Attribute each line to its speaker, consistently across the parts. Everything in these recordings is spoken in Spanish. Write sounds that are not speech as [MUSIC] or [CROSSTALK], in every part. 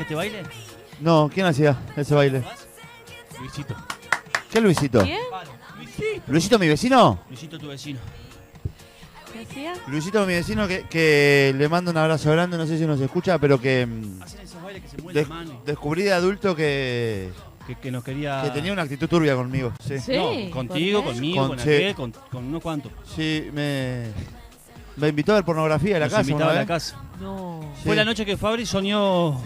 Speaker 1: este baile?
Speaker 2: No, ¿quién hacía ese baile?
Speaker 1: Luisito.
Speaker 2: ¿Qué Luisito?
Speaker 3: ¿Quién?
Speaker 1: Luisito.
Speaker 2: ¿Luisito mi vecino?
Speaker 1: Luisito, tu vecino.
Speaker 3: ¿Qué hacía?
Speaker 2: Luisito mi vecino que, que le mando un abrazo grande, no sé si nos escucha, pero que mm,
Speaker 1: Hacen esos bailes que se mueve
Speaker 2: des-
Speaker 1: la mano.
Speaker 2: descubrí de adulto que,
Speaker 1: Que, que nos quería.
Speaker 2: que tenía una actitud turbia conmigo. Sí,
Speaker 3: Sí.
Speaker 1: No, contigo,
Speaker 3: ¿por qué?
Speaker 1: conmigo, con,
Speaker 2: Con- sí.
Speaker 1: aquel, con, con unos cuantos.
Speaker 2: Sí, me, me invitó a ver pornografía a la
Speaker 1: Nos
Speaker 2: casa.
Speaker 1: invitaba
Speaker 2: una
Speaker 1: a la
Speaker 2: vez.
Speaker 1: casa.
Speaker 3: No.
Speaker 2: Sí.
Speaker 1: Fue la noche que Fabri soñó.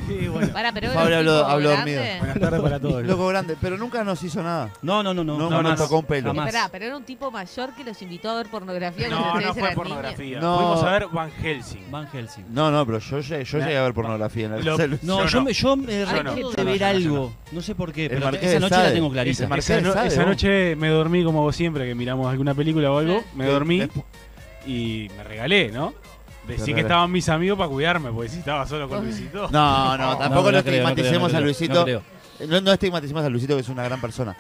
Speaker 3: Para, pero
Speaker 2: Fabio
Speaker 3: era un
Speaker 2: habló-
Speaker 3: tipo
Speaker 2: habló
Speaker 3: grande.
Speaker 2: dormido.
Speaker 4: Buenas tardes para todos.
Speaker 2: Loco grande, pero nunca nos hizo nada.
Speaker 1: No, no, no, no.
Speaker 2: No,
Speaker 1: jamás,
Speaker 2: no me tocó un pelo.
Speaker 1: jamás.
Speaker 3: Esperá, pero era un tipo mayor que los invitó a ver pornografía cuando
Speaker 5: No,
Speaker 3: ustedes
Speaker 5: no fue
Speaker 3: eran
Speaker 5: pornografía.
Speaker 2: No.
Speaker 5: Fuimos a ver Van Helsing.
Speaker 1: Van Helsing.
Speaker 2: No, no, pero yo, llegué- yo llegué a ver pornografía en el
Speaker 5: Lo-
Speaker 2: celu.
Speaker 1: No, yo,
Speaker 5: Yo no.
Speaker 1: me, yo me
Speaker 5: Yo
Speaker 1: recuerdo
Speaker 5: no.
Speaker 1: de
Speaker 5: Yo no,
Speaker 1: ver
Speaker 5: yo no, yo
Speaker 1: algo.
Speaker 5: no.
Speaker 1: No. sé por qué,
Speaker 2: El
Speaker 1: pero
Speaker 2: Marqués
Speaker 1: esa
Speaker 2: de
Speaker 1: noche la
Speaker 2: Sade.
Speaker 1: tengo
Speaker 2: Ese
Speaker 1: clarita.
Speaker 2: Marqués
Speaker 4: Esa,
Speaker 2: de
Speaker 4: no-
Speaker 2: Sade,
Speaker 4: esa
Speaker 2: vos.
Speaker 4: noche me dormí como vos siempre, que miramos alguna película o algo. Me
Speaker 2: Que
Speaker 4: dormí
Speaker 2: despu-
Speaker 4: y me regalé, ¿no?
Speaker 2: Te
Speaker 4: Decí
Speaker 2: regalé.
Speaker 4: que estaban mis amigos para cuidarme, porque si estaba solo con Luisito.
Speaker 2: No, no, tampoco lo
Speaker 1: no creo, no
Speaker 2: estigmaticemos
Speaker 1: creo,
Speaker 2: a
Speaker 1: no creo,
Speaker 2: Luisito.
Speaker 1: no creo.
Speaker 2: No, no estigmaticemos a Luisito, que es una gran persona.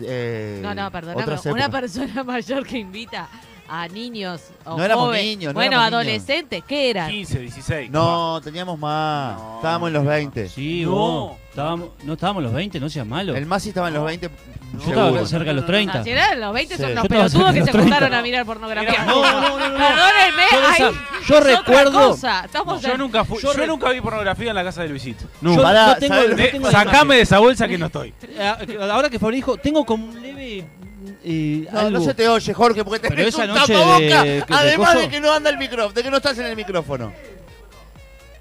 Speaker 2: Eh,
Speaker 3: No, no,
Speaker 2: otras
Speaker 3: perdóname.
Speaker 2: épocas.
Speaker 3: Una persona [LAUGHS] mayor que invita a niños o
Speaker 2: No éramos
Speaker 3: jóvenes.
Speaker 2: niños, no
Speaker 3: bueno,
Speaker 2: éramos
Speaker 3: adolescentes, ¿qué eran?
Speaker 5: 15, 16.
Speaker 2: No, teníamos más.
Speaker 5: No.
Speaker 2: Estábamos en los 20.
Speaker 1: Sí,
Speaker 4: No.
Speaker 1: vos. Estábamos, no estábamos los 20, no seas malo.
Speaker 2: El Masi estaba en los 20.
Speaker 1: yo
Speaker 2: seguro.
Speaker 1: estaba cerca de los 30.
Speaker 3: No, Ah, si eran los 20
Speaker 2: Sí.
Speaker 3: son
Speaker 1: Yo
Speaker 3: unos
Speaker 1: estaba
Speaker 3: pelotudos que se
Speaker 1: cerca de los
Speaker 3: juntaron
Speaker 1: 30.
Speaker 3: a mirar pornografía.
Speaker 1: No, no, no, no, no.
Speaker 3: Perdónenme,
Speaker 1: Yo
Speaker 3: ahí
Speaker 1: esa- yo
Speaker 3: es otra
Speaker 1: recuerdo-
Speaker 3: cosa. Estamos
Speaker 5: Yo
Speaker 3: en-
Speaker 5: nunca, fui,
Speaker 1: Yo
Speaker 5: yo,
Speaker 1: re-
Speaker 5: nunca vi pornografía en la casa de Luisito.
Speaker 4: No.
Speaker 1: yo,
Speaker 2: Pará,
Speaker 1: yo tengo,
Speaker 2: ¿sabés
Speaker 1: yo
Speaker 2: lo
Speaker 4: De-
Speaker 1: tengo la
Speaker 4: sacame de esa bolsa que no estoy.
Speaker 1: imagen. Eh, Ahora que Fabri dijo, tengo como un leve. eh,
Speaker 2: No,
Speaker 1: algo.
Speaker 2: no se te oye, Jorge, porque
Speaker 1: Pero
Speaker 2: tenés
Speaker 1: esa
Speaker 2: un
Speaker 1: noche
Speaker 2: tapaboca.
Speaker 1: de- que- de
Speaker 2: además de
Speaker 1: coso.
Speaker 2: que no anda el micrófono, de que no estás en el micrófono.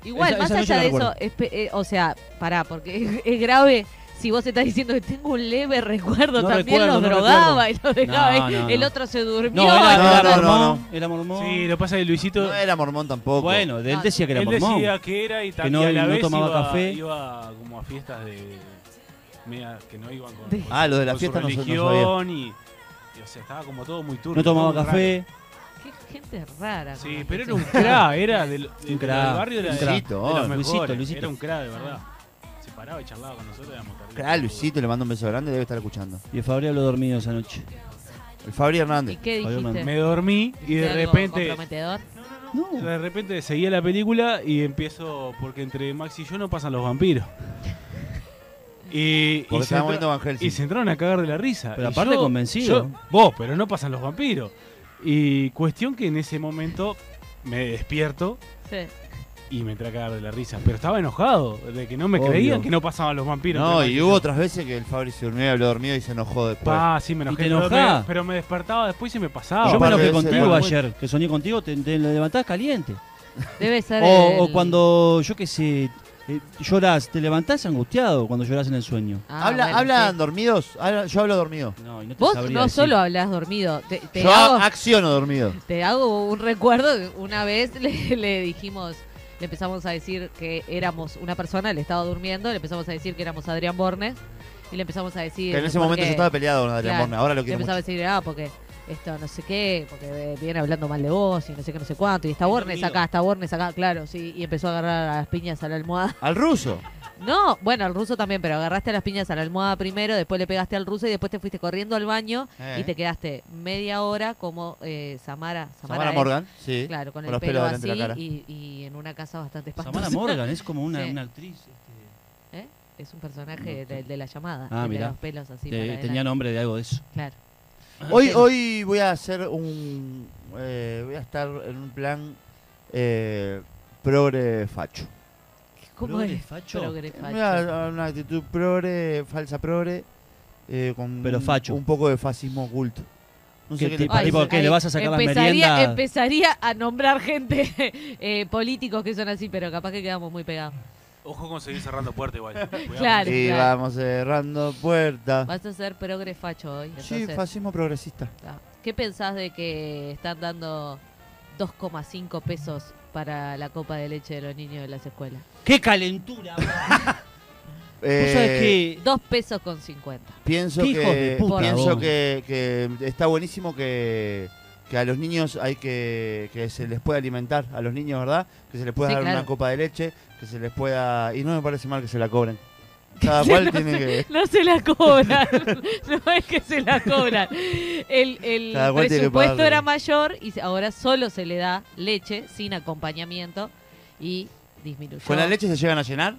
Speaker 3: Igual,
Speaker 1: Esa-
Speaker 3: más
Speaker 1: esa noche
Speaker 3: allá
Speaker 1: la
Speaker 3: de eso, espe- eh, o sea, pará, porque es, es grave si vos estás diciendo que tengo un leve recuerdo,
Speaker 1: No
Speaker 3: también
Speaker 1: recuerdo,
Speaker 3: los
Speaker 1: no
Speaker 3: drogaba y los dejaba
Speaker 1: No,
Speaker 3: ahí.
Speaker 1: no, no.
Speaker 3: El otro se durmió.
Speaker 1: No, era,
Speaker 2: No,
Speaker 1: era
Speaker 2: no, no,
Speaker 1: mormón. Era mormón.
Speaker 4: Sí, lo que pasa es que Luisito.
Speaker 2: No era mormón tampoco.
Speaker 1: Bueno, él
Speaker 3: Ah,
Speaker 1: decía que era
Speaker 4: él
Speaker 1: mormón.
Speaker 4: decía que era y
Speaker 1: no-
Speaker 4: también a la
Speaker 1: no
Speaker 4: vez
Speaker 1: tomaba
Speaker 4: iba,
Speaker 1: café.
Speaker 4: iba como a fiestas de. media- que no iban con.
Speaker 3: De-
Speaker 4: con-
Speaker 2: Ah, lo de la
Speaker 4: con su
Speaker 2: fiesta no- no sabía.
Speaker 4: religión y, y, O sea, estaba como todo muy turbio.
Speaker 1: No tomaba
Speaker 4: todo muy
Speaker 1: café.
Speaker 3: Qué gente rara.
Speaker 4: raro.
Speaker 3: con
Speaker 4: Sí,
Speaker 3: las
Speaker 4: pero era un
Speaker 3: personas.
Speaker 4: cra, era del, del-
Speaker 1: cra,
Speaker 4: del barrio era
Speaker 1: un
Speaker 4: de,
Speaker 1: cra.
Speaker 4: de los
Speaker 2: Luisito,
Speaker 4: mejores,
Speaker 1: Luisito.
Speaker 4: Era un cra, de verdad. Se paraba y charlaba con nosotros, éramos terribles.
Speaker 2: Ah, Luisito, le mando un beso grande, debe estar escuchando.
Speaker 1: Y el Fabri habló dormido esa noche.
Speaker 2: El Fabri
Speaker 3: [LAUGHS] ¿Y
Speaker 2: Hernández.
Speaker 3: qué
Speaker 1: Fabio
Speaker 3: dijiste?
Speaker 4: Me dormí y
Speaker 3: ¿Dijiste
Speaker 4: de
Speaker 3: algo
Speaker 4: repente.
Speaker 3: comprometedor?
Speaker 4: De repente seguía la película y empiezo. Porque entre Max y yo no pasan los vampiros. Y, y
Speaker 2: Porque
Speaker 4: se
Speaker 2: estábamos
Speaker 4: entra-
Speaker 2: viendo Van
Speaker 1: [LAUGHS]
Speaker 2: Helsing.
Speaker 4: Y se entraron a cagar de la risa.
Speaker 1: Pero
Speaker 4: Y
Speaker 1: aparte
Speaker 4: yo-
Speaker 1: convencido.
Speaker 4: yo- vos, pero no pasan los vampiros. Y cuestión que en ese momento me despierto
Speaker 3: Sí.
Speaker 4: y me entré a cagar de la risa. Pero estaba enojado de que no me
Speaker 1: Obvio.
Speaker 4: creían que no pasaban los vampiros.
Speaker 2: No,
Speaker 4: Pero
Speaker 2: y
Speaker 4: me-
Speaker 2: hubo otras veces que el Fabri se durmió y habló dormido y se enojó después.
Speaker 1: Ah,
Speaker 4: Pa, sí, me enojé.
Speaker 1: te
Speaker 4: pero,
Speaker 1: enojás?
Speaker 4: me, pero me despertaba después y me pasaba.
Speaker 1: Yo me
Speaker 2: Aparte
Speaker 1: enojé
Speaker 2: de ese
Speaker 1: contigo
Speaker 2: cuerpo.
Speaker 1: ayer, que soñé contigo, te, te levantás caliente.
Speaker 3: Debe ser.
Speaker 1: O, o
Speaker 3: el-
Speaker 1: cuando, yo qué sé, eh, llorás, te levantás angustiado cuando llorás en el sueño.
Speaker 3: Ah,
Speaker 2: ¿Habla,
Speaker 3: bueno,
Speaker 2: ¿Hablan
Speaker 3: sí.
Speaker 2: dormidos? Habla- yo hablo dormido.
Speaker 1: No, y no te
Speaker 3: Vos
Speaker 1: sabría
Speaker 3: no
Speaker 1: decir.
Speaker 3: solo hablas dormido. Te, te
Speaker 2: Yo
Speaker 3: hago,
Speaker 2: acciono dormido.
Speaker 3: te hago un recuerdo. de Una vez le, le dijimos. Le empezamos a decir que éramos una persona, le estaba durmiendo, le empezamos a decir que éramos Adrián Bornes y le empezamos a decir...
Speaker 2: Que en ese
Speaker 3: ¿por
Speaker 2: momento
Speaker 3: qué?
Speaker 2: yo estaba peleado con Adrián
Speaker 3: Claro.
Speaker 2: Borne, ahora lo
Speaker 3: Le
Speaker 2: quiero
Speaker 3: empezaba
Speaker 2: mucho.
Speaker 3: a decir, ah, porque esto no sé qué, porque eh, viene hablando mal de vos y no sé qué, no sé cuánto. Y está Bornes
Speaker 1: dormido.
Speaker 3: acá, está Bornes acá, claro, sí. Y empezó a agarrar a las piñas a la almohada. [LAUGHS]
Speaker 2: Al ruso.
Speaker 3: No, bueno, al ruso también, pero agarraste a las piñas a la almohada primero, después le pegaste al ruso y después te fuiste corriendo al baño
Speaker 2: Eh.
Speaker 3: y te quedaste media hora como eh, Samara. Samara,
Speaker 2: Samara
Speaker 3: es,
Speaker 2: Morgan, sí.
Speaker 3: Claro, con,
Speaker 2: con
Speaker 3: el
Speaker 2: los
Speaker 3: pelo
Speaker 2: pelos
Speaker 3: así
Speaker 2: delante de la cara.
Speaker 3: Y, y en una casa bastante espantosa.
Speaker 1: Samara Morgan es como una,
Speaker 3: Sí.
Speaker 1: una actriz. este,
Speaker 3: ¿Eh? [LAUGHS] Es un personaje de, de la llamada.
Speaker 1: Ah,
Speaker 3: el de
Speaker 1: mirá.
Speaker 3: los pelos así.
Speaker 1: que
Speaker 3: para adelante.
Speaker 1: Eh, tenía nombre de algo de eso.
Speaker 3: Claro.
Speaker 2: Hoy,
Speaker 3: Sí.
Speaker 2: hoy voy a hacer un. eh, voy a estar en un plan eh, progre facho.
Speaker 3: ¿Cómo
Speaker 1: Progre
Speaker 3: es?
Speaker 1: facho.
Speaker 3: Progre facho.
Speaker 2: Voy a- a una actitud progre, falsa progre, eh, con
Speaker 1: Pero
Speaker 2: un-
Speaker 1: facho.
Speaker 2: un poco de fascismo oculto. No sé
Speaker 1: ¿Qué
Speaker 2: qué
Speaker 1: tipo-
Speaker 2: le
Speaker 1: tipo
Speaker 2: parece.
Speaker 1: qué? ¿Le vas a sacar las
Speaker 3: empezaría,
Speaker 1: meriendas?
Speaker 3: Empezaría a nombrar gente, [LAUGHS] eh, políticos que son así, pero capaz que quedamos muy pegados.
Speaker 5: Ojo con seguir cerrando puerta
Speaker 3: [LAUGHS]
Speaker 5: igual. Cuidado.
Speaker 3: Claro.
Speaker 2: Y vamos cerrando puertas.
Speaker 3: Vas a ser progre facho hoy.
Speaker 2: Sí,
Speaker 3: Entonces,
Speaker 2: fascismo progresista.
Speaker 3: ah. ¿Qué pensás de que están dando 2,5 pesos para la copa de leche de los niños de las escuelas?
Speaker 1: ¡Qué calentura! Vos sabés
Speaker 2: Eh,
Speaker 1: que
Speaker 3: 2 pesos con 50.
Speaker 2: Pienso
Speaker 1: Qué hijos
Speaker 2: que,
Speaker 1: de puta,
Speaker 2: pienso
Speaker 1: vos.
Speaker 2: que, que está buenísimo que, que a los niños hay que que se les pueda alimentar a los niños, ¿verdad? Que se les pueda
Speaker 3: Sí,
Speaker 2: dar
Speaker 3: claro.
Speaker 2: una copa de leche, que se les pueda y no me parece mal que se la cobren.
Speaker 3: [LAUGHS]
Speaker 2: Cada cual
Speaker 3: no
Speaker 2: tiene que
Speaker 3: [LAUGHS] No se la cobran, [LAUGHS] no es que se la cobran. El, el
Speaker 2: Cada cual tiene que
Speaker 3: presupuesto
Speaker 2: pagarlo.
Speaker 3: era mayor y ahora solo se le da leche sin acompañamiento y disminuyó.
Speaker 2: con la leche se llegan a llenar.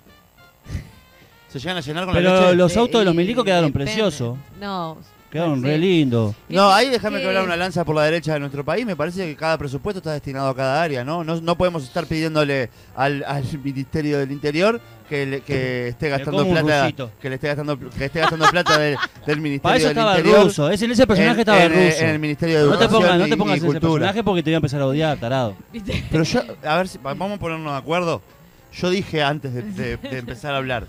Speaker 2: Se llegan a llenar con la
Speaker 1: Pero
Speaker 2: leche.
Speaker 1: los autos de los
Speaker 3: Y
Speaker 1: milicos quedaron
Speaker 3: depende.
Speaker 1: preciosos.
Speaker 3: No.
Speaker 1: Quedaron
Speaker 3: Sí.
Speaker 1: re lindos.
Speaker 2: No, ahí déjame
Speaker 3: que-
Speaker 2: que hablar una lanza por la derecha de nuestro país. Me parece que cada presupuesto está destinado a cada área, ¿no? No, no podemos estar pidiéndole al, al [LAUGHS] Ministerio del Interior que, le- que esté gastando
Speaker 1: como un
Speaker 2: plata.
Speaker 1: rusito.
Speaker 2: Que le esté gastando, que esté gastando plata del, del Ministerio
Speaker 1: Para eso
Speaker 2: del
Speaker 1: estaba el
Speaker 2: Interior.
Speaker 1: ruso. Ese, en ese personaje
Speaker 2: en-
Speaker 1: estaba
Speaker 2: en, eh,
Speaker 1: el ruso.
Speaker 2: en el Ministerio de
Speaker 1: no te
Speaker 2: Educación
Speaker 1: pongas, no
Speaker 2: y-
Speaker 1: te
Speaker 2: y
Speaker 1: pongas ese
Speaker 2: Cultura.
Speaker 1: personaje porque te voy a empezar a odiar, tarado.
Speaker 2: [LAUGHS]
Speaker 3: ¿Viste?
Speaker 2: Pero yo, a ver, si, vamos a ponernos de acuerdo. Yo dije antes de, de- de empezar a hablar,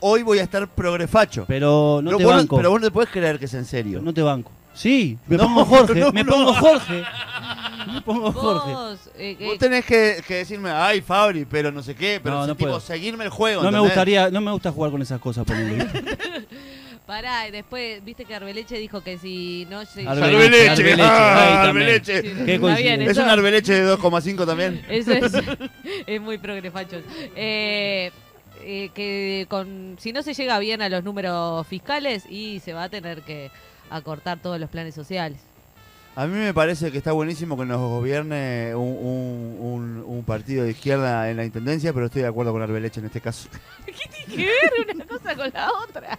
Speaker 2: hoy voy a estar progrefacho.
Speaker 1: Pero no
Speaker 2: Pero
Speaker 1: te
Speaker 2: vos no-
Speaker 1: banco.
Speaker 2: pero vos no te puedes creer que es en serio.
Speaker 1: No te banco. Sí, me
Speaker 2: No,
Speaker 1: pongo Jorge,
Speaker 2: no,
Speaker 1: me
Speaker 2: no.
Speaker 1: pongo Jorge. Me pongo Jorge.
Speaker 3: Vos, eh, eh,
Speaker 2: Oh, Vos tenés que, que decirme, ay, Fabri, pero no sé qué, pero
Speaker 1: No,
Speaker 2: ese
Speaker 1: no
Speaker 2: tipo,
Speaker 1: puedo.
Speaker 2: seguirme el juego.
Speaker 1: No me
Speaker 2: ¿entendés?
Speaker 1: gustaría, no me gusta jugar con esas cosas, ponele.
Speaker 3: Pará, y después, viste que Arbeleche dijo que si no... se-
Speaker 1: Arbeleche. Arbeleche,
Speaker 2: ah,
Speaker 1: ahí también.
Speaker 2: Arbeleche.
Speaker 3: Sí,
Speaker 1: Qué
Speaker 3: está bien,
Speaker 1: coincidencia.
Speaker 2: Es
Speaker 3: eso,
Speaker 2: un arbeleche de 2,5 también.
Speaker 3: eso es, [LAUGHS] es muy progrefachos. Eh, eh, que con, si no se llega bien a los números fiscales y se va a tener que acortar todos los planes sociales. [LAUGHS]
Speaker 2: A mí me parece que está buenísimo que nos gobierne un, un- un- un partido de izquierda en la intendencia, pero estoy de acuerdo con Arbeleche en este caso.
Speaker 3: que ver una cosa con la otra.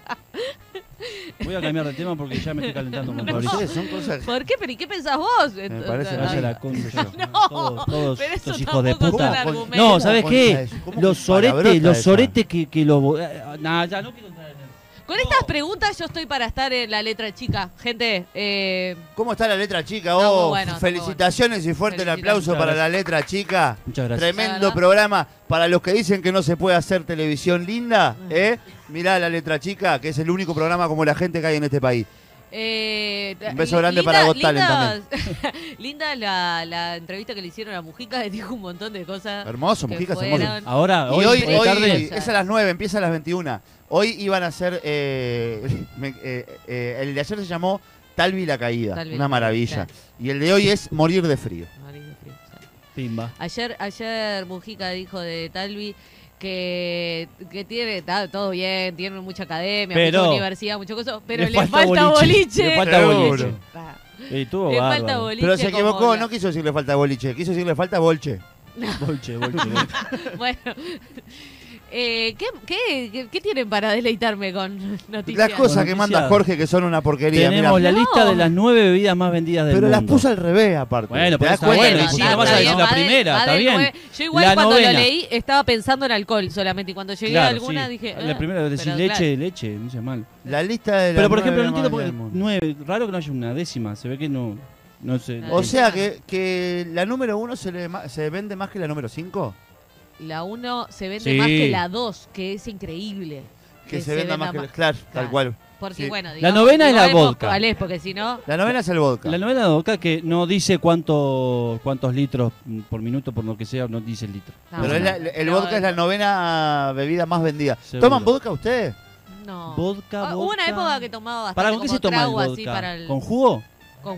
Speaker 1: Voy a cambiar de tema porque ya me estoy calentando
Speaker 3: [LAUGHS]
Speaker 1: con
Speaker 2: No
Speaker 1: Fabricio.
Speaker 2: sé, son cosas que
Speaker 3: ¿Por qué? ¿Pero y qué pensás vos?
Speaker 2: me parece.
Speaker 1: Vaya
Speaker 2: Ay,
Speaker 1: la concha.
Speaker 2: no.
Speaker 1: Todos, todos
Speaker 3: pero eso
Speaker 1: estos hijos de
Speaker 3: tampoco
Speaker 1: puta.
Speaker 3: es un
Speaker 2: ¿Cómo-
Speaker 3: argumento.
Speaker 1: No, ¿sabes
Speaker 2: ¿Cómo
Speaker 1: qué?
Speaker 2: es? ¿Cómo
Speaker 1: Los
Speaker 2: es
Speaker 1: soretes,
Speaker 2: palabrota
Speaker 1: los
Speaker 2: esa?
Speaker 1: soretes que, que lo... eh, Nah, ya no quiero entrar en eso.
Speaker 3: Con estas preguntas yo estoy para estar en la letra chica. Gente, eh,
Speaker 2: ¿Cómo está la letra chica?
Speaker 3: Está muy
Speaker 2: Oh,
Speaker 3: bueno, está
Speaker 2: felicitaciones y fuerte el
Speaker 3: Felicitaciones.
Speaker 2: aplauso para la letra chica.
Speaker 1: Muchas gracias.
Speaker 3: La
Speaker 2: Tremendo
Speaker 3: verdad.
Speaker 2: programa. Para los que dicen que no se puede hacer televisión linda,
Speaker 3: Mm.
Speaker 2: ¿eh? mirá la letra chica, que es el único programa como la gente que hay en este país.
Speaker 3: eh,
Speaker 2: Un beso grande para Got Talent
Speaker 3: también. [LAUGHS] linda la, la entrevista que le hicieron a Mujica, [LAUGHS] que dijo un montón de cosas.
Speaker 2: Hermoso,
Speaker 3: que
Speaker 2: Mujica, es
Speaker 3: fueron-
Speaker 2: hermoso.
Speaker 1: Ahora,
Speaker 2: Y
Speaker 1: Ah, hoy,
Speaker 2: hoy,
Speaker 1: por la
Speaker 2: hoy
Speaker 1: tarde,
Speaker 2: es a las 9, empieza a las 21. Hoy iban a hacer, eh, [LAUGHS] me- eh, eh, el de ayer se llamó Talvi la Caída,
Speaker 3: Talvi la
Speaker 2: una maravilla.
Speaker 3: Caída.
Speaker 2: Y el de hoy es Morir de Frío.
Speaker 3: Marido frío, sale.
Speaker 1: pimba.
Speaker 3: Ayer, ayer Mujica dijo de Talvi que, que tiene está todo bien, tiene mucha academia,
Speaker 1: Pero-
Speaker 3: mucha universidad, mucho cosa, pero
Speaker 1: le
Speaker 3: le falta
Speaker 1: falta boliche,
Speaker 3: boliche.
Speaker 1: le falta
Speaker 2: Seguro.
Speaker 1: boliche.
Speaker 3: Ah,
Speaker 1: Y tuvo
Speaker 3: Le falta
Speaker 1: bárbaro.
Speaker 3: boliche.
Speaker 2: Pero se
Speaker 3: como
Speaker 2: equivocó,
Speaker 3: la-
Speaker 2: no quiso decirle falta boliche, quiso decirle falta bolche.
Speaker 1: Bolche, bolche,
Speaker 2: [LAUGHS]
Speaker 1: bolche.
Speaker 3: [LAUGHS] Bueno. Eh, ¿qué, qué, qué- qué tienen para deleitarme con noticias?
Speaker 2: Las cosas que
Speaker 1: Noticias.
Speaker 2: manda Jorge que son una porquería. mirá.
Speaker 1: Tenemos la
Speaker 3: No.
Speaker 1: lista de las nueve bebidas más vendidas del
Speaker 2: Pero
Speaker 1: mundo.
Speaker 2: las puso al revés, aparte.
Speaker 1: Bueno,
Speaker 2: ¿Te
Speaker 1: pero
Speaker 2: das
Speaker 1: está
Speaker 2: cuenta?
Speaker 1: bueno, y si
Speaker 3: está
Speaker 1: no vas a
Speaker 3: bien,
Speaker 1: decir la
Speaker 3: va del-
Speaker 1: primera,
Speaker 3: va
Speaker 1: está
Speaker 3: del
Speaker 1: bien.
Speaker 3: nueve. Yo igual
Speaker 1: La
Speaker 3: cuando
Speaker 1: novena.
Speaker 3: lo leí estaba pensando en alcohol solamente. Y cuando llegué a alguna
Speaker 1: sí.
Speaker 3: dije...
Speaker 1: La
Speaker 3: ah,
Speaker 1: primera es decir
Speaker 3: pero
Speaker 1: leche,
Speaker 3: claro.
Speaker 1: leche, no sé mal.
Speaker 2: La lista de las
Speaker 1: Pero por ejemplo, no
Speaker 2: nueve
Speaker 1: entiendo por
Speaker 2: maravillas
Speaker 1: qué
Speaker 2: del mundo.
Speaker 1: nueve, raro que no haya una décima, se ve que no, no sé.
Speaker 3: Ah.
Speaker 2: O sea que, que la número uno se, le ma- se vende más que la número cinco.
Speaker 3: La 1 se vende
Speaker 1: Sí.
Speaker 3: más que la 2, que es increíble.
Speaker 2: Que, se, venda más que la. Claro,
Speaker 3: Claro.
Speaker 2: tal cual.
Speaker 3: Porque
Speaker 2: Sí.
Speaker 3: bueno,
Speaker 1: La
Speaker 3: digamos,
Speaker 1: novena es la
Speaker 3: igual
Speaker 1: vodka.
Speaker 3: ¿Cuál es? Porque si no...
Speaker 2: La novena es el vodka.
Speaker 1: la novela de Oca que no dice cuánto, cuántos litros mm, por minuto, por lo que sea, no dice el litro.
Speaker 3: no,
Speaker 2: Pero es la-
Speaker 3: no.
Speaker 2: el
Speaker 3: No,
Speaker 2: vodka es la novena bebida más vendida.
Speaker 1: Ah, Seguro.
Speaker 2: ¿Toman vodka ustedes?
Speaker 3: No.
Speaker 1: Vodka,
Speaker 3: Ah, Hubo una
Speaker 1: vodka.
Speaker 3: época que tomaba bastante
Speaker 1: ¿Para con qué
Speaker 3: como
Speaker 1: se toma el
Speaker 3: trago
Speaker 1: vodka?
Speaker 3: así para el...
Speaker 1: ¿Con jugo?
Speaker 3: con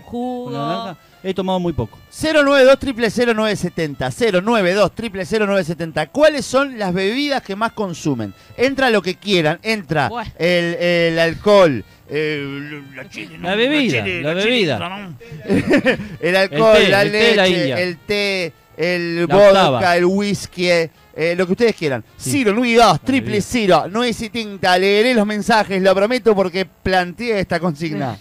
Speaker 1: ¿Con
Speaker 3: jugo.
Speaker 1: naranja? He tomado muy poco.
Speaker 2: 092 090970 092 090970 ¿Cuáles son las bebidas que más consumen? Entra lo que quieran, entra
Speaker 3: Bueno.
Speaker 2: el, el alcohol, eh, la, chile, no,
Speaker 1: La bebida,
Speaker 2: chile,
Speaker 1: la
Speaker 2: chile,
Speaker 1: bebida.
Speaker 2: no. el alcohol,
Speaker 1: El té,
Speaker 2: la
Speaker 1: el té
Speaker 2: leche,
Speaker 1: de la India.
Speaker 2: el té, el
Speaker 1: La
Speaker 2: vodka,
Speaker 1: octava.
Speaker 2: el whisky, eh, lo que ustedes quieran.
Speaker 1: Sí.
Speaker 2: 092
Speaker 1: Maravilla.
Speaker 2: 000 no es y tinta, leeré los mensajes, lo prometo porque planteé esta consigna.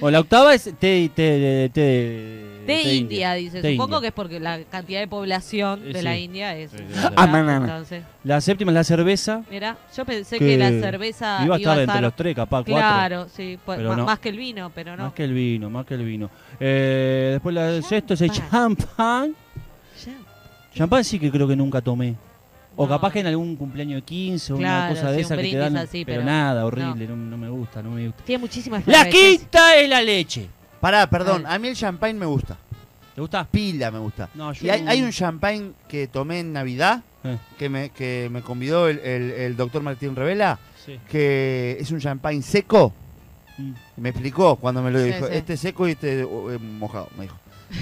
Speaker 1: O la octava es té, té, té, té,
Speaker 3: De India, dice.
Speaker 1: Té
Speaker 3: Supongo
Speaker 1: India.
Speaker 3: que es porque la cantidad de población
Speaker 1: Eh,
Speaker 3: de
Speaker 1: sí.
Speaker 3: la India es.
Speaker 1: Sí,
Speaker 3: es
Speaker 1: sí, sí.
Speaker 3: grande,
Speaker 2: Ah, manana.
Speaker 3: Entonces,
Speaker 1: La séptima es la cerveza.
Speaker 3: mira, yo pensé
Speaker 1: Que
Speaker 3: que, la cerveza
Speaker 1: iba a estar entre los tres, capaz cuatro.
Speaker 3: Claro, sí, pues,
Speaker 1: Pero
Speaker 3: ma-
Speaker 1: no.
Speaker 3: más que el vino, pero no.
Speaker 1: Más que el vino, más que el vino. Eh, después la, el sexto es el champán.
Speaker 3: Ya.
Speaker 1: Champán sí que creo que nunca tomé. O
Speaker 3: No.
Speaker 1: capaz que en algún cumpleaños de 15 o una
Speaker 3: Claro,
Speaker 1: cosa de
Speaker 3: sí, un
Speaker 1: esa que te
Speaker 3: brindis
Speaker 1: dan.
Speaker 3: así,
Speaker 1: pero,
Speaker 3: pero
Speaker 1: nada, horrible, no. no me gusta, no me gusta.
Speaker 3: Tiene muchísimas
Speaker 1: La
Speaker 3: quinta
Speaker 1: quinta es la leche.
Speaker 2: Pará, perdón,
Speaker 3: Dale.
Speaker 2: a mí el champagne me gusta,
Speaker 1: ¿Te gusta?
Speaker 2: pila me gusta.
Speaker 1: No, yo
Speaker 2: Y hay,
Speaker 1: no-
Speaker 2: hay un champagne que tomé en Navidad,
Speaker 1: Mm. Eh.
Speaker 2: que, me, que me convidó el, el- el doctor Martín Revela,
Speaker 1: Sí.
Speaker 2: que es un champagne seco.
Speaker 1: Mm.
Speaker 3: [LAUGHS]
Speaker 2: Me explicó cuando me lo
Speaker 3: Sí,
Speaker 2: dijo,
Speaker 3: sí.
Speaker 2: este seco y este oh, eh, mojado, me dijo.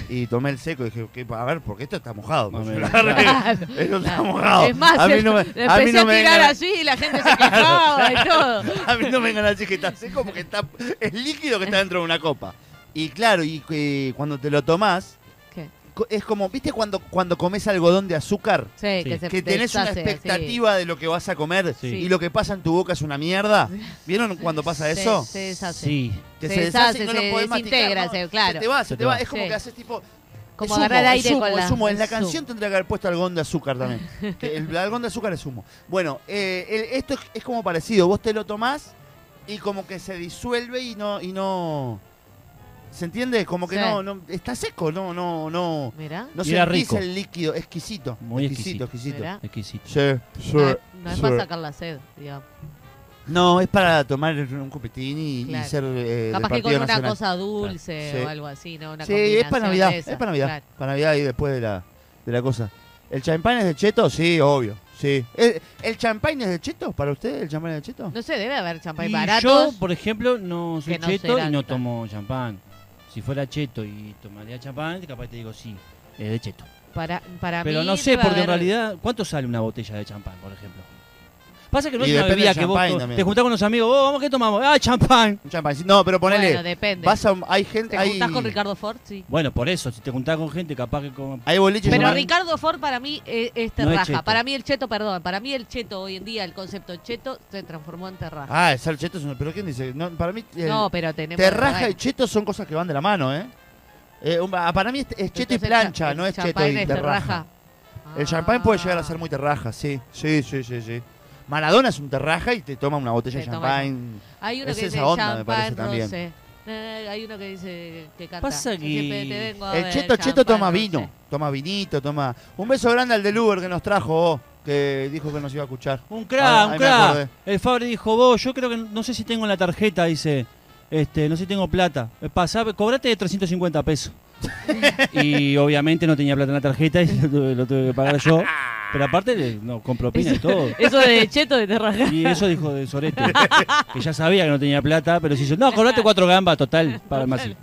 Speaker 2: Y tomé el seco y dije, "¿Qué pa- a ver, porque esto está mojado.
Speaker 1: Más
Speaker 2: pues,
Speaker 1: o menos.
Speaker 2: yo lo [LAUGHS] agarré, esto está mojado.
Speaker 3: Es más,
Speaker 2: a mí
Speaker 3: el-
Speaker 2: no me,
Speaker 3: le
Speaker 2: a mí
Speaker 3: empecé
Speaker 2: no
Speaker 3: a
Speaker 2: me
Speaker 3: tirar
Speaker 2: vengan a-
Speaker 3: así y la gente se quejaba de todo.
Speaker 2: [LAUGHS] A mí no me vengan a decir que está seco porque está, es líquido que está dentro de una copa. Y claro, y, eh, cuando te lo tomás,
Speaker 3: ¿Qué?
Speaker 2: co- es como, ¿viste cuando, cuando comes algodón de azúcar?
Speaker 3: Sí,
Speaker 1: Sí.
Speaker 3: que, se
Speaker 2: Que tenés una
Speaker 3: deshace así.
Speaker 2: expectativa de lo que vas a comer
Speaker 1: Sí.
Speaker 2: y lo que pasa en tu boca es una
Speaker 3: [LAUGHS]
Speaker 2: mierda. ¿Vieron cuando pasa
Speaker 3: Se-
Speaker 2: eso?
Speaker 3: Se deshace.
Speaker 1: Sí.
Speaker 2: Que
Speaker 3: se
Speaker 2: se deshace, y
Speaker 3: deshace,
Speaker 2: no
Speaker 3: se
Speaker 2: lo podés masticar,
Speaker 3: desintegra,
Speaker 2: ¿no?
Speaker 3: se- claro.
Speaker 2: Se te va, se, te va. Es como
Speaker 3: Sí.
Speaker 2: que haces tipo.
Speaker 3: Como
Speaker 2: es humo,
Speaker 3: agarrar
Speaker 2: es
Speaker 3: aire
Speaker 2: humo,
Speaker 3: con la.
Speaker 2: es humo. En la
Speaker 3: es
Speaker 2: canción tendría que haber puesto algodón de azúcar también.
Speaker 3: [LAUGHS]
Speaker 2: Que el algodón de azúcar es humo. Bueno, eh, el- esto es, es como parecido. Vos te lo tomás y como que se disuelve y no. Y no ¿Se entiende? Como que
Speaker 3: Sí.
Speaker 2: no, no. Está seco, no, no, no.
Speaker 3: humo. Mirá,
Speaker 2: No
Speaker 1: Y era
Speaker 2: se
Speaker 1: rico.
Speaker 2: el líquido. Exquisito.
Speaker 1: Muy
Speaker 2: exquisito.
Speaker 3: mirá.
Speaker 1: Exquisito.
Speaker 2: Sí, sí,
Speaker 3: No, es- Ah, no es
Speaker 2: sí.
Speaker 3: para sacar la sed, digamos.
Speaker 2: No, es para tomar un cupetín y, y
Speaker 3: Claro.
Speaker 2: ser. eh, del
Speaker 3: Capaz que
Speaker 2: Partido
Speaker 3: con una
Speaker 2: Nacional.
Speaker 3: cosa dulce
Speaker 2: Claro. Sí.
Speaker 3: o algo así, ¿no? Una
Speaker 2: Sí, es para
Speaker 3: combinación
Speaker 2: Navidad,
Speaker 3: de esas,
Speaker 2: es para Navidad.
Speaker 3: claro.
Speaker 2: Para Navidad y después de la, de la cosa. ¿El champán es de cheto? Sí, obvio. Sí. ¿El, el champán es de cheto para usted? ¿El champán es de cheto?
Speaker 3: No sé, debe haber champán
Speaker 1: Y
Speaker 3: barato.
Speaker 1: yo, por ejemplo, no soy
Speaker 3: Pues que no
Speaker 1: cheto y
Speaker 3: serán
Speaker 1: no
Speaker 3: tan-
Speaker 1: tomo champán. Si fuera cheto y tomaría champán, capaz te digo sí, es de cheto.
Speaker 3: Para, para
Speaker 1: Pero
Speaker 3: mí
Speaker 1: no sé,
Speaker 3: debe
Speaker 1: porque en
Speaker 3: haber-
Speaker 1: realidad, ¿cuánto sale una botella de champán, por ejemplo? Pasa que no
Speaker 2: Y
Speaker 1: es una
Speaker 2: depende
Speaker 1: bebida
Speaker 2: del
Speaker 1: que vos
Speaker 2: champán
Speaker 1: to-
Speaker 2: también.
Speaker 1: te juntás con los amigos, oh, vamos, ¿qué tomamos? ¡Ah, champán!
Speaker 2: Un champán. sí. No, pero ponele.
Speaker 3: Bueno, depende.
Speaker 2: vas a un- hay gente.
Speaker 3: ¿Te
Speaker 2: Hay,
Speaker 3: juntás con Ricardo Ford? Sí.
Speaker 1: Bueno, por eso, si te juntás con gente, capaz que como...
Speaker 2: hay boliches
Speaker 3: Pero
Speaker 2: llamados-
Speaker 3: Ricardo Ford para mí eh, es
Speaker 1: No es
Speaker 3: terraja.
Speaker 1: cheto.
Speaker 3: para mí el cheto, perdón, para mí el cheto hoy en día, el concepto cheto, se transformó en terraja.
Speaker 2: Ah, el ser cheto es una- ¿Pero quién dice? No, para mí. el
Speaker 3: no, pero tenemos...
Speaker 2: terraja
Speaker 3: bueno,
Speaker 2: y cheto son cosas que van de la mano, ¿eh? Eh, un- ah, para mí es, es cheto y
Speaker 3: entonces
Speaker 2: plancha,
Speaker 3: el
Speaker 2: no es cheto
Speaker 3: champán
Speaker 2: y
Speaker 3: es
Speaker 2: terraja. El champán puede llegar a ser muy terraja, sí. Sí, sí, sí, sí. Maradona es un terraja y te toma una botella
Speaker 3: Te
Speaker 2: de
Speaker 3: toma-
Speaker 2: champán.
Speaker 3: Hay uno
Speaker 2: Es
Speaker 3: que dice
Speaker 2: esa onda, me parece,
Speaker 3: champán
Speaker 2: también.
Speaker 3: rosé. Eh, Hay uno que dice que canta.
Speaker 1: Pasa que-
Speaker 3: siempre te vengo a
Speaker 2: El
Speaker 3: ver
Speaker 2: cheto cheto
Speaker 3: champán
Speaker 2: toma
Speaker 3: rosé.
Speaker 2: vino, toma vinito, toma. Un beso grande al del Uber que nos trajo, vos, que dijo que nos iba a escuchar.
Speaker 1: Un crack,
Speaker 2: Ah,
Speaker 1: un
Speaker 2: ahí me acordé.
Speaker 1: crack. El Fabri dijo, vos, yo creo que no sé si tengo en la tarjeta, dice, este, no sé si tengo plata. Eh, Pasá, cobrate 350
Speaker 3: [LAUGHS]
Speaker 1: pesos. y obviamente no tenía plata en la tarjeta y lo tuve, lo tuve que pagar yo. Pero aparte, le- no, con propina y todo.
Speaker 3: Eso de cheto de terraja.
Speaker 1: Y eso dijo de Sorete, que ya sabía que no tenía plata, pero si yo, no, cobrate cuatro gambas, total, para el Masi.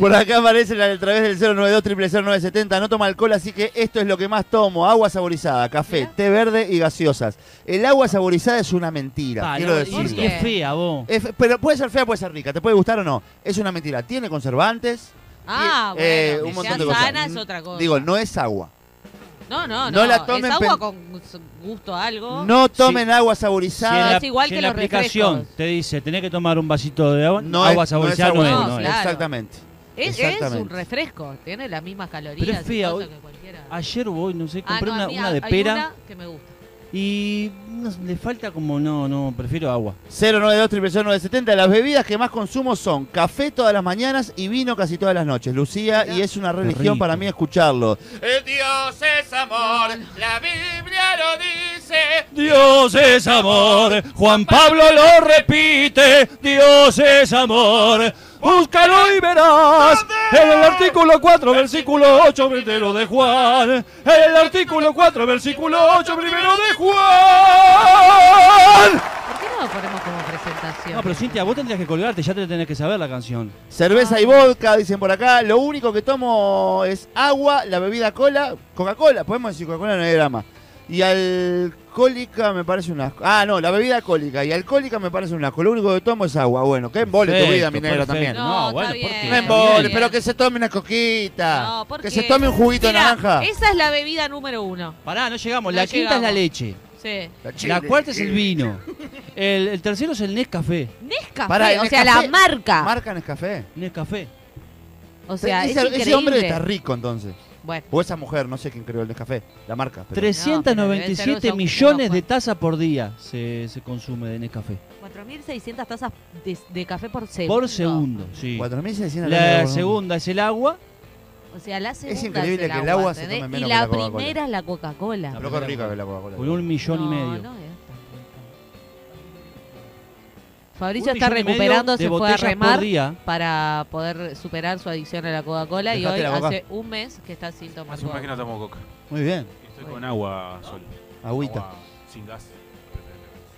Speaker 2: Por acá aparece la- a través del 092 970 No toma alcohol, así que esto es lo que más tomo. Agua saborizada, café,
Speaker 3: Mirá.
Speaker 2: té verde y gaseosas. El agua saborizada es una mentira,
Speaker 1: Pa,
Speaker 2: quiero
Speaker 1: Ah, no,
Speaker 2: decirlo.
Speaker 1: y es fea, vos.
Speaker 2: Es fe- pero puede ser fea, puede ser rica, te puede gustar o no. Es una mentira. Tiene conservantes.
Speaker 3: Ah, bueno.
Speaker 2: eh,
Speaker 3: que
Speaker 2: un montón
Speaker 3: sea
Speaker 2: de cosas.
Speaker 3: sana es otra cosa.
Speaker 2: Digo, no es agua.
Speaker 3: No, no, no.
Speaker 2: No la tomen
Speaker 3: es agua
Speaker 2: pen-
Speaker 3: con su- gusto a algo.
Speaker 2: No tomen agua
Speaker 1: Si en
Speaker 2: saborizada.
Speaker 1: la,
Speaker 3: es igual
Speaker 1: si
Speaker 3: que
Speaker 1: en la
Speaker 3: los
Speaker 1: aplicación
Speaker 3: refrescos.
Speaker 1: te dice, tenés que tomar un vasito de agua,
Speaker 2: no es-
Speaker 1: agua
Speaker 2: no es
Speaker 1: saborizada, no
Speaker 2: agua
Speaker 1: es,
Speaker 3: No,
Speaker 1: no es.
Speaker 3: claro.
Speaker 2: Exactamente.
Speaker 3: es, es
Speaker 2: Exactamente.
Speaker 3: un refresco. Tiene las mismas calorías.
Speaker 1: Pero es
Speaker 3: y
Speaker 1: fea,
Speaker 3: cosas
Speaker 1: hoy-
Speaker 3: que cualquiera.
Speaker 1: Ayer voy, no sé,
Speaker 3: Ah,
Speaker 1: compré
Speaker 3: no, a
Speaker 1: una,
Speaker 3: mí
Speaker 1: una de
Speaker 3: hay
Speaker 1: pera
Speaker 3: una que me gusta.
Speaker 1: y no, le falta como, no, no, prefiero agua.
Speaker 2: 092 970 Las bebidas que más consumo son café todas las mañanas y vino casi todas las noches. Lucía, y es una religión
Speaker 1: rico.
Speaker 2: para mí escucharlo.
Speaker 5: Dios es amor, la Biblia lo dice.
Speaker 1: Dios es amor, Juan Pablo lo repite, Dios es amor, búscalo y verás. En el artículo 4, versículo 8, primero de Juan. En el artículo 4, versículo 8, primero de Juan.
Speaker 3: ¿Por qué no lo ponemos como presentación?
Speaker 1: No, Ah, pero Cintia, vos tendrías que colgarte, ya te tenés que saber la canción.
Speaker 2: Cerveza y vodka, dicen por acá. Lo único que tomo es agua, la bebida cola, Coca-Cola. Podemos decir Coca-Cola, no hay drama. Y alcohólica me parece una... Ah, no, la bebida alcohólica y alcohólica me parece una asco. Lo único que tomo es agua. Bueno, que embole tu vida,
Speaker 1: Perfecto,
Speaker 2: mi negro,
Speaker 1: perfecto.
Speaker 2: también.
Speaker 3: No,
Speaker 1: ¿por
Speaker 3: está bien.
Speaker 1: qué?
Speaker 2: No
Speaker 3: Está bien.
Speaker 2: embole, pero que se tome una coquita.
Speaker 3: No, ¿por
Speaker 2: que
Speaker 3: qué?
Speaker 2: se tome un juguito de
Speaker 3: Mira,
Speaker 2: naranja.
Speaker 3: Esa es la bebida número uno.
Speaker 1: Pará, no llegamos.
Speaker 3: No
Speaker 1: la quinta es la
Speaker 3: llegamos.
Speaker 1: leche.
Speaker 3: Sí.
Speaker 1: La cuarta es el vino. [LAUGHS] El, el tercero es el Nescafé.
Speaker 3: Nescafé,
Speaker 2: Pará, el
Speaker 3: o sea,
Speaker 2: Nescafé-
Speaker 3: la marca.
Speaker 2: Marca Nescafé.
Speaker 1: Nescafé.
Speaker 3: o sea, es
Speaker 2: ese, ese
Speaker 3: increíble.
Speaker 2: hombre está rico entonces.
Speaker 3: Bueno,
Speaker 2: O esa mujer, no sé quién creó el Nescafé. La marca. pero-
Speaker 3: No, pero debe
Speaker 1: 397
Speaker 3: ser un-
Speaker 1: millones de
Speaker 3: bueno.
Speaker 1: tazas por día se, se consume de Nescafé.
Speaker 3: 4.600 tazas de, de café por segundo.
Speaker 1: Por segundo, sí.
Speaker 2: 4.600
Speaker 1: La
Speaker 2: dólares, boludo.
Speaker 1: segunda es el agua.
Speaker 3: O sea, la segunda es
Speaker 2: increíble que el
Speaker 3: agua,
Speaker 2: agua se
Speaker 3: ¿entendés?
Speaker 2: tome menos
Speaker 3: Y
Speaker 2: que
Speaker 3: la,
Speaker 2: la Coca-Cola.
Speaker 3: primera es la Coca-Cola.
Speaker 2: Pero qué rica que es la Coca-Cola.
Speaker 1: Por un millón y
Speaker 3: No,
Speaker 1: medio.
Speaker 3: no es tan-
Speaker 1: Un
Speaker 3: Fabricio está
Speaker 1: millón y medio
Speaker 3: recuperando,
Speaker 1: de
Speaker 3: se fue a
Speaker 1: botellas
Speaker 3: remar
Speaker 1: Por día.
Speaker 3: para poder superar su adicción a la Coca-Cola y
Speaker 2: Dejate
Speaker 3: hoy
Speaker 2: la boca.
Speaker 3: hace un mes que está sin tomar
Speaker 5: Hace un mes que no
Speaker 3: Coca-Cola.
Speaker 5: tomo coca.
Speaker 2: Muy bien.
Speaker 5: Estoy con agua solo.
Speaker 2: Agüita.
Speaker 5: Agua sin gas.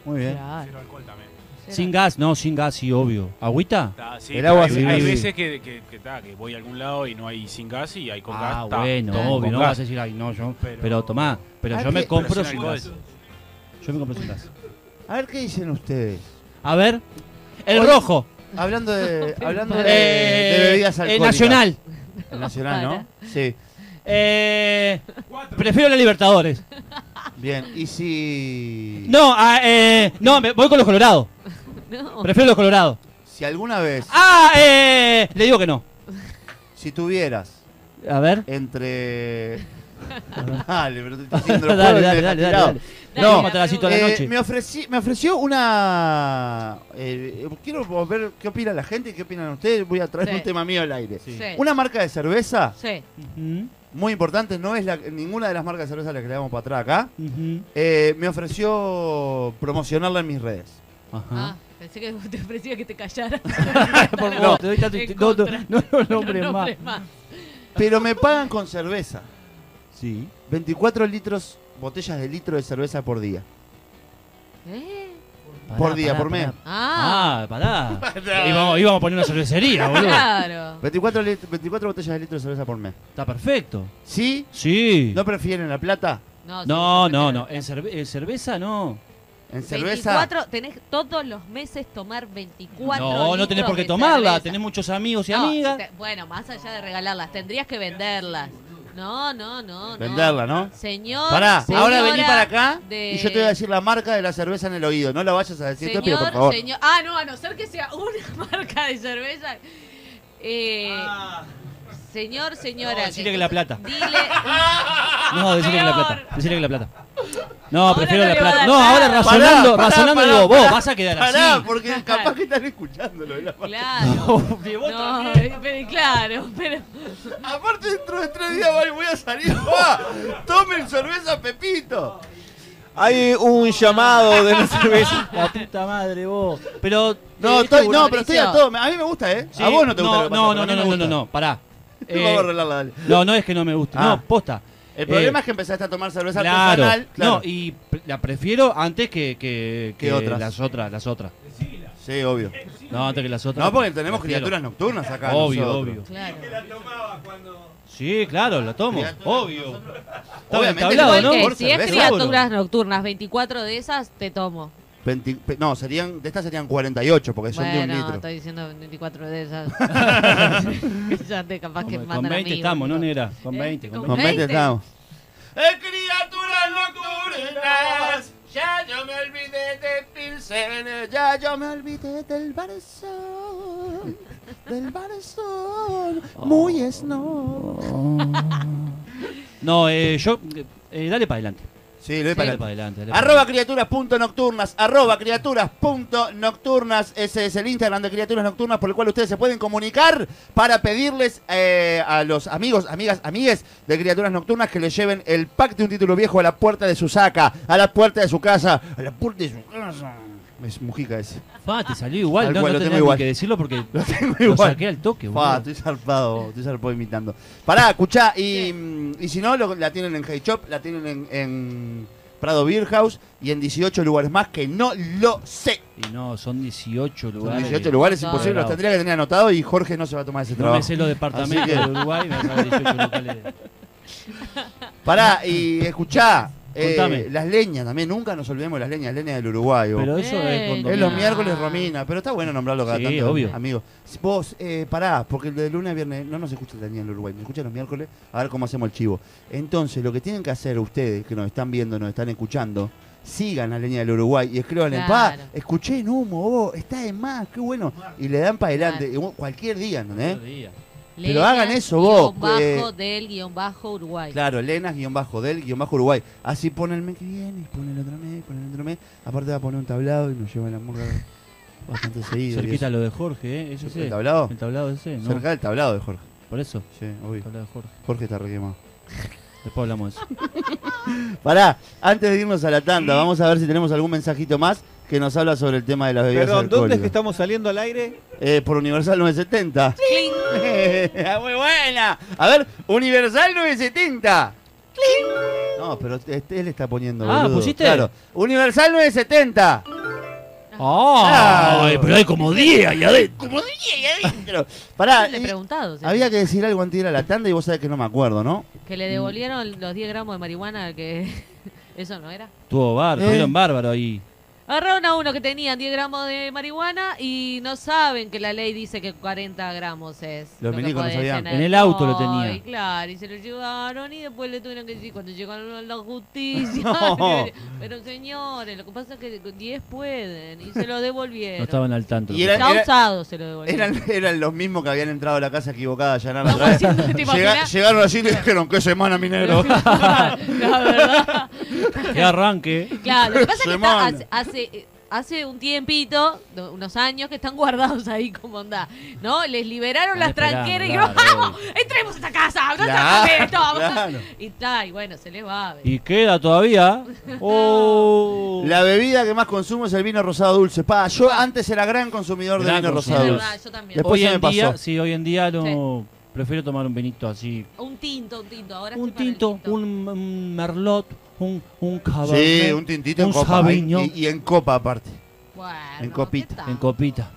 Speaker 2: Muy bien.
Speaker 3: Claro,
Speaker 5: Cero alcohol también.
Speaker 3: cero.
Speaker 1: Sin gas, no, sin gas, sí, obvio. ¿Agüita?
Speaker 5: Ta, sí,
Speaker 2: El
Speaker 5: pero
Speaker 2: agua
Speaker 5: hay,
Speaker 1: sin
Speaker 5: hay
Speaker 1: gas.
Speaker 5: veces que, que, que, ta, que voy a algún lado y no hay sin gas y hay con gas.
Speaker 1: ah,
Speaker 5: ta,
Speaker 1: bueno,
Speaker 5: tomo
Speaker 1: obvio.
Speaker 5: con
Speaker 1: No
Speaker 5: gas.
Speaker 1: vas a decir, ay, no, yo. Pero,
Speaker 5: Pero-
Speaker 1: tomá, pero
Speaker 2: Ay,
Speaker 1: yo me
Speaker 2: qué-
Speaker 1: compro
Speaker 5: Pero sin
Speaker 1: sin
Speaker 5: alcohol.
Speaker 1: gas. Yo me compro sin gas.
Speaker 2: A ver qué dicen ustedes.
Speaker 1: A ver, el
Speaker 2: Hoy-
Speaker 1: rojo.
Speaker 3: [LAUGHS]
Speaker 2: Hablando de, hablando de,
Speaker 3: Eh,
Speaker 2: de bebidas
Speaker 1: el
Speaker 2: alcohólicas.
Speaker 1: nacional.
Speaker 2: El nacional, ¿no? Sí.
Speaker 1: Eh, prefiero la Libertadores.
Speaker 2: Bien, y si.
Speaker 1: No, ah, eh, no, me- voy con los Colorados.
Speaker 3: [LAUGHS] No.
Speaker 1: Prefiero los Colorados.
Speaker 2: Si alguna vez,
Speaker 1: Ah, eh, le digo que no.
Speaker 2: si tuvieras
Speaker 1: A ver. [LAUGHS]
Speaker 2: entre. Dale, pero te estoy haciendo los
Speaker 1: Dale,
Speaker 2: juegos y
Speaker 1: dale, dale,
Speaker 2: me dejas
Speaker 1: dale,
Speaker 2: tirado.
Speaker 1: dale.
Speaker 3: Dale,
Speaker 1: No,
Speaker 3: la
Speaker 1: Mataracito a la
Speaker 2: Eh,
Speaker 1: noche.
Speaker 2: me, ofrecí, me ofreció una. eh, quiero ver qué opina la gente, qué opinan ustedes. Voy a traer
Speaker 3: Sí.
Speaker 2: un tema mío al aire.
Speaker 3: Sí. Ah,
Speaker 2: Una marca de cerveza
Speaker 3: Sí.
Speaker 1: Ujú,
Speaker 2: muy importante, no es la- ninguna de las marcas de cerveza a las que le damos para atrás acá.
Speaker 1: ujú.
Speaker 2: eh, me ofreció promocionarla en mis redes.
Speaker 3: Ah, pensé que te ofrecía que te
Speaker 1: [LAUGHS]
Speaker 3: callaras.
Speaker 1: Por favor,
Speaker 3: No,
Speaker 1: te doy tanto-
Speaker 3: Ah. en
Speaker 1: no, no,
Speaker 3: contra.
Speaker 1: no, no,
Speaker 3: [LAUGHS] No
Speaker 1: nombres más.
Speaker 3: nombres más.
Speaker 2: Pero me pagan con cerveza.
Speaker 1: Sí.
Speaker 2: 24 litros, botellas de litro de cerveza por día.
Speaker 3: ¿Eh?
Speaker 2: Por día, por mes.
Speaker 3: Ah,
Speaker 1: Ah, pará. íbamos, íbamos a poner una cervecería, boludo.
Speaker 3: [LAUGHS] claro.
Speaker 2: 24, lit- 24 botellas de litro de cerveza por mes.
Speaker 1: Está perfecto.
Speaker 2: ¿Sí?
Speaker 1: Sí.
Speaker 2: ¿No prefieren la plata?
Speaker 3: No, sí,
Speaker 1: No,
Speaker 3: sí,
Speaker 1: no,
Speaker 3: sí.
Speaker 1: no. En, cerve- en cerveza no.
Speaker 2: ¿En cerveza?
Speaker 3: 24, tenés todos los meses tomar 24
Speaker 1: No, no tenés
Speaker 3: litros
Speaker 1: por qué
Speaker 3: de
Speaker 1: tomarla.
Speaker 3: cerveza.
Speaker 1: Tenés muchos amigos y
Speaker 3: No,
Speaker 1: amigas.
Speaker 3: te- bueno, más allá de regalarlas, tendrías que venderlas. No, no, no, no.
Speaker 2: Venderla, ¿no?
Speaker 3: Señor,
Speaker 2: Pará,
Speaker 3: señora
Speaker 2: ahora vení para acá
Speaker 3: de-
Speaker 2: y yo te voy a decir la marca de la cerveza en el oído. No la vayas a decir, te pido por
Speaker 3: Señor,
Speaker 2: favor.
Speaker 3: señor. Ah, no, a no ser que sea una [LAUGHS] marca de cerveza. Eh, Señor, señora.
Speaker 1: No, decile que la plata. [LAUGHS]
Speaker 3: Dile.
Speaker 1: No, decirle que la
Speaker 3: Peor.
Speaker 1: plata. Decirle que la plata. No,
Speaker 3: Ahora
Speaker 1: prefiero
Speaker 3: no
Speaker 1: la
Speaker 3: le va a
Speaker 1: plata.
Speaker 3: dar
Speaker 1: No, ahora
Speaker 3: nada.
Speaker 1: razonando,
Speaker 2: Pará, pará,
Speaker 1: razonando
Speaker 2: pará,
Speaker 1: digo, vos
Speaker 2: pará,
Speaker 1: vas a quedar
Speaker 2: Pará,
Speaker 1: así.
Speaker 2: porque capaz que están escuchándolo. de la marca.
Speaker 3: Claro.
Speaker 1: Porque vos
Speaker 3: No, pero, claro, pero.
Speaker 2: Aparte, dentro de tres días voy- voy a salir. [LAUGHS] ¡Ah! ¡Tomen cerveza, Pepito!
Speaker 6: Hay un llamado de la cerveza.
Speaker 1: La puta madre, vos. Pero.
Speaker 2: No,
Speaker 1: eh,
Speaker 2: estoy,
Speaker 1: este
Speaker 2: no
Speaker 1: boludo-
Speaker 2: pero estoy a todo. A mí me gusta, ¿eh?
Speaker 1: Sí,
Speaker 2: a vos no te gusta. lo que pasa,
Speaker 1: No,
Speaker 2: pero
Speaker 1: no, no,
Speaker 2: a mí me
Speaker 1: no, no,
Speaker 2: gusta.
Speaker 1: no, no,
Speaker 2: [LAUGHS]
Speaker 1: pará. Eh,
Speaker 2: Vamos a arreglarla, dale.
Speaker 1: no, no es que no me guste.
Speaker 2: Ah.
Speaker 1: No, posta.
Speaker 2: El
Speaker 1: eh,
Speaker 2: problema es que empezaste a tomar cerveza
Speaker 1: Claro.
Speaker 2: artesanal. Claro.
Speaker 1: No, y pre- la prefiero antes que, que,
Speaker 2: Que
Speaker 1: que
Speaker 2: otras.
Speaker 1: las otras, las otras.
Speaker 2: Sí, obvio.
Speaker 1: No, antes que las otras.
Speaker 2: No, porque tenemos
Speaker 1: Prefiero.
Speaker 2: criaturas nocturnas acá.
Speaker 1: Obvio,
Speaker 2: nosotros.
Speaker 1: obvio.
Speaker 3: Claro.
Speaker 1: Sí, claro, la tomo.
Speaker 2: Criaturas
Speaker 1: Obvio.
Speaker 2: Obviamente,
Speaker 1: entablado,
Speaker 2: no,
Speaker 1: ¿no?
Speaker 3: Porque
Speaker 2: por
Speaker 3: Eh, si es
Speaker 2: cerveza.
Speaker 3: criaturas nocturnas, 24 de esas, te tomo.
Speaker 2: 20 pe- no, serían, de estas serían 48 porque son de un
Speaker 3: Bueno,
Speaker 2: litro.
Speaker 3: estoy diciendo 24 de esas.
Speaker 2: [LAUGHS]
Speaker 3: [LAUGHS] ya te capaz que
Speaker 1: Con-
Speaker 3: mandan
Speaker 1: Con 20
Speaker 3: amigos,
Speaker 1: estamos, ¿no,
Speaker 3: chicos.
Speaker 1: negra? Con
Speaker 3: Eh,
Speaker 1: 20, con
Speaker 3: con
Speaker 1: 20.
Speaker 2: Con 20
Speaker 3: 20.
Speaker 2: estamos.
Speaker 5: ¡Eh, criaturas nocturnas! Ya yo me olvidé de Pilsen.
Speaker 2: Ya yo me olvidé del barzón, del barzón, muy snob.
Speaker 1: No, eh, yo. eh, dale para adelante.
Speaker 2: Sí, lo doy
Speaker 1: Dale
Speaker 2: para adelante.
Speaker 1: para adelante. dale para
Speaker 2: Arroba criaturas.nocturnas, arroba criaturas.nocturnas, ese es el Instagram de Criaturas Nocturnas por el cual ustedes se pueden comunicar para pedirles eh, a los amigos, amigas, amigues de Criaturas Nocturnas que les lleven el pack de un título viejo a la puerta de su saca, a la puerta de su casa, a la puerta de su casa. Es Mujica ese.
Speaker 1: Fa, te salió igual,
Speaker 2: Tal
Speaker 1: no,
Speaker 2: cual,
Speaker 1: no
Speaker 2: lo tengo
Speaker 1: tenés ni
Speaker 2: igual.
Speaker 1: que decirlo porque
Speaker 2: [LAUGHS] Lo tengo
Speaker 1: lo
Speaker 2: igual.
Speaker 1: saqué al toque,
Speaker 2: Fa,
Speaker 1: boludo.
Speaker 2: estoy zarpado, estoy zarpado imitando. Pará, escuchá, y, mm, y si no, lo- la tienen en Hey Shop, la tienen en, en Prado Beer House y en 18 lugares más que no lo sé.
Speaker 1: Y no, son 18
Speaker 2: Son
Speaker 1: lugares.
Speaker 2: 18 lugares,
Speaker 3: No,
Speaker 2: imposible,
Speaker 1: no.
Speaker 2: los tendría que tener anotado y Jorge no se va a tomar ese
Speaker 1: No me
Speaker 2: trabajo.
Speaker 1: sé los departamentos
Speaker 2: Así que-
Speaker 1: de Uruguay, me salen
Speaker 2: [LAUGHS]
Speaker 1: 18 locales. de-
Speaker 2: Pará, y escuchá, eh,
Speaker 1: Contame.
Speaker 2: las leñas también, nunca nos olvidemos de las leñas, las leñas del Uruguay. vos.
Speaker 1: Pero eso
Speaker 3: Eh,
Speaker 1: es cuando.
Speaker 2: Es los
Speaker 3: Ah.
Speaker 2: miércoles, Romina, pero está bueno nombrarlo cada
Speaker 1: Sí,
Speaker 2: tanto,
Speaker 1: obvio.
Speaker 2: amigo. Si Vos, eh, pará, porque el de lunes a viernes no nos escucha el Daniel en Uruguay, nos escucha los miércoles, a ver cómo hacemos el chivo. Entonces, lo que tienen que hacer ustedes, que nos están viendo, nos están escuchando, sigan a Leña del Uruguay y escriban en pa,
Speaker 3: Claro.
Speaker 2: escuché en humo, vos, está en más, qué bueno. Y le dan para adelante, y vos, cualquier día, ¿entendés? Pero
Speaker 3: Leña,
Speaker 2: hagan eso vos,
Speaker 3: Guión bajo
Speaker 2: eh.
Speaker 3: del guión bajo Uruguay.
Speaker 2: Claro, Lenas, guión bajo del, guión bajo Uruguay. Así pone el mes que viene, pone el otro mes, pone el otro mes. Aparte va a poner un tablado y nos lleva la murga
Speaker 1: [LAUGHS]
Speaker 2: bastante seguido. y
Speaker 1: Cerquita
Speaker 2: eso.
Speaker 1: lo de Jorge, ¿eh? Eso sí.
Speaker 2: ¿El tablado?
Speaker 1: El tablado ese, ¿no?
Speaker 2: Cerca del tablado de Jorge.
Speaker 1: Por eso.
Speaker 2: Sí,
Speaker 1: El
Speaker 2: obvio.
Speaker 1: tablado de Jorge.
Speaker 2: Jorge está re quemado.
Speaker 1: Después hablamos de eso.
Speaker 3: [LAUGHS]
Speaker 2: Pará, antes de irnos a la tanda, vamos a ver si tenemos algún mensajito más que nos habla sobre el tema de las bebidas
Speaker 6: Perdón, ¿dónde es que
Speaker 2: alcohólicas.
Speaker 6: estamos saliendo al aire?
Speaker 2: Eh, por Universal 970. [LAUGHS]
Speaker 3: Cling.
Speaker 2: Muy buena. A ver, Universal 970. No, pero este, él está poniendo.
Speaker 1: Ah,
Speaker 2: boludo.
Speaker 1: ¿pusiste?
Speaker 2: Claro. Universal 970.
Speaker 1: ¡Ay! Pero hay como 10 ahí adentro.
Speaker 2: Como dije ahí adentro. [LAUGHS] Pará,
Speaker 3: Le he
Speaker 2: Ah, y-
Speaker 3: preguntado. o sea,
Speaker 2: había que decir algo antes de ir a la tanda y vos sabés que no me acuerdo, ¿no?
Speaker 3: Que le devolvieron los 10 gramos de marihuana que... [LAUGHS] Eso no era.
Speaker 1: Tuvo bar,
Speaker 2: Eh.
Speaker 1: tuvieron bárbaro ahí.
Speaker 3: Agarraron a uno que tenía 10 gramos de marihuana y no saben que la ley dice que 40 gramos es.
Speaker 2: Los
Speaker 3: lo que
Speaker 2: milicos no
Speaker 3: podés
Speaker 2: sabían.
Speaker 3: tener.
Speaker 1: En el auto lo
Speaker 3: Ay,
Speaker 1: tenía.
Speaker 3: claro, y se lo llevaron y después le tuvieron que decir cuando llegaron a
Speaker 1: [LAUGHS]
Speaker 3: la justicia. [LAUGHS]
Speaker 7: No.
Speaker 3: Pero señores, lo que pasa es que 10 pueden y se lo devolvieron.
Speaker 1: No estaban al tanto.
Speaker 2: Y era-
Speaker 3: Ya usado se lo devolvieron.
Speaker 2: Eran, eran los mismos que habían entrado a la casa equivocada a allanar la
Speaker 3: Vamos
Speaker 2: otra vez.
Speaker 3: haciendo- [LAUGHS] ¿te
Speaker 2: Llega-
Speaker 3: imaginas?
Speaker 2: llegaron allí y le dijeron, qué semana,
Speaker 3: [LAUGHS]
Speaker 2: minero.
Speaker 3: [LAUGHS] la verdad.
Speaker 1: Que arranque.
Speaker 3: Claro, lo que pasa es que está
Speaker 2: Semana.
Speaker 3: hace, hace, hace un tiempito, do- unos años, que están guardados ahí como onda, ¿no? Les liberaron
Speaker 1: Están
Speaker 3: las tranqueras y
Speaker 1: esperando,
Speaker 3: dijeron,
Speaker 1: claro,
Speaker 3: ¡vamos! ¡Entremos a esta casa! ¡No
Speaker 2: Claro,
Speaker 3: se esto! vamos a-".
Speaker 2: claro.
Speaker 3: Y tal, y bueno, se les va. ¿ves?
Speaker 1: Y queda
Speaker 3: [LAUGHS]
Speaker 1: todavía. Oh.
Speaker 2: La bebida que más consumo es el vino rosado dulce. Pa, yo antes era gran consumidor de
Speaker 1: Gran
Speaker 2: vino
Speaker 3: Es
Speaker 1: consumidor.
Speaker 2: rosado
Speaker 3: verdad,
Speaker 2: dulce.
Speaker 3: yo también.
Speaker 2: Después
Speaker 1: hoy
Speaker 2: se
Speaker 1: en
Speaker 2: me
Speaker 1: día,
Speaker 2: pasó.
Speaker 1: sí, hoy en día no. Prefiero tomar un vinito así.
Speaker 3: Un tinto, un tinto. Ahora
Speaker 1: Un
Speaker 3: estoy para el
Speaker 1: tinto, un, un merlot, un, un cabernet.
Speaker 2: Sí, un tintito en
Speaker 1: un
Speaker 2: copa. ahí,
Speaker 1: Sauvignon.
Speaker 2: Y, y en copa aparte.
Speaker 3: Bueno,
Speaker 2: en
Speaker 3: ¿qué
Speaker 2: copita.
Speaker 3: tal?
Speaker 1: En copita.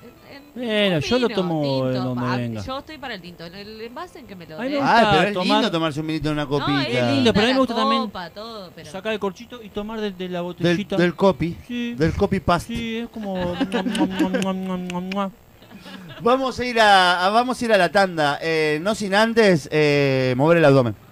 Speaker 3: En- en-
Speaker 1: Bueno,
Speaker 3: un
Speaker 1: yo lo
Speaker 3: vino,
Speaker 1: tomo en donde
Speaker 3: pa,
Speaker 1: venga.
Speaker 3: Yo estoy para el tinto. En el envase en que me lo
Speaker 1: Ay,
Speaker 3: dé.
Speaker 1: no.
Speaker 2: Ah,
Speaker 1: gusta
Speaker 2: pero es
Speaker 1: tomar-
Speaker 2: lindo tomarse un vinito en una Ah, copita.
Speaker 1: es lindo, pero a mí me
Speaker 3: la
Speaker 1: gusta también
Speaker 3: copa, todo, pero-
Speaker 1: Sacar el corchito y tomar de, de la
Speaker 2: Del,
Speaker 1: botellita.
Speaker 2: del copy.
Speaker 1: sí,
Speaker 2: Del copy paste.
Speaker 1: sí, es
Speaker 2: [LAUGHS]
Speaker 1: como. mua, mua, mua, mua, mua, mua.
Speaker 2: Vamos a ir a, a- vamos a ir a la tanda. eh, no sin antes eh, mover el abdomen.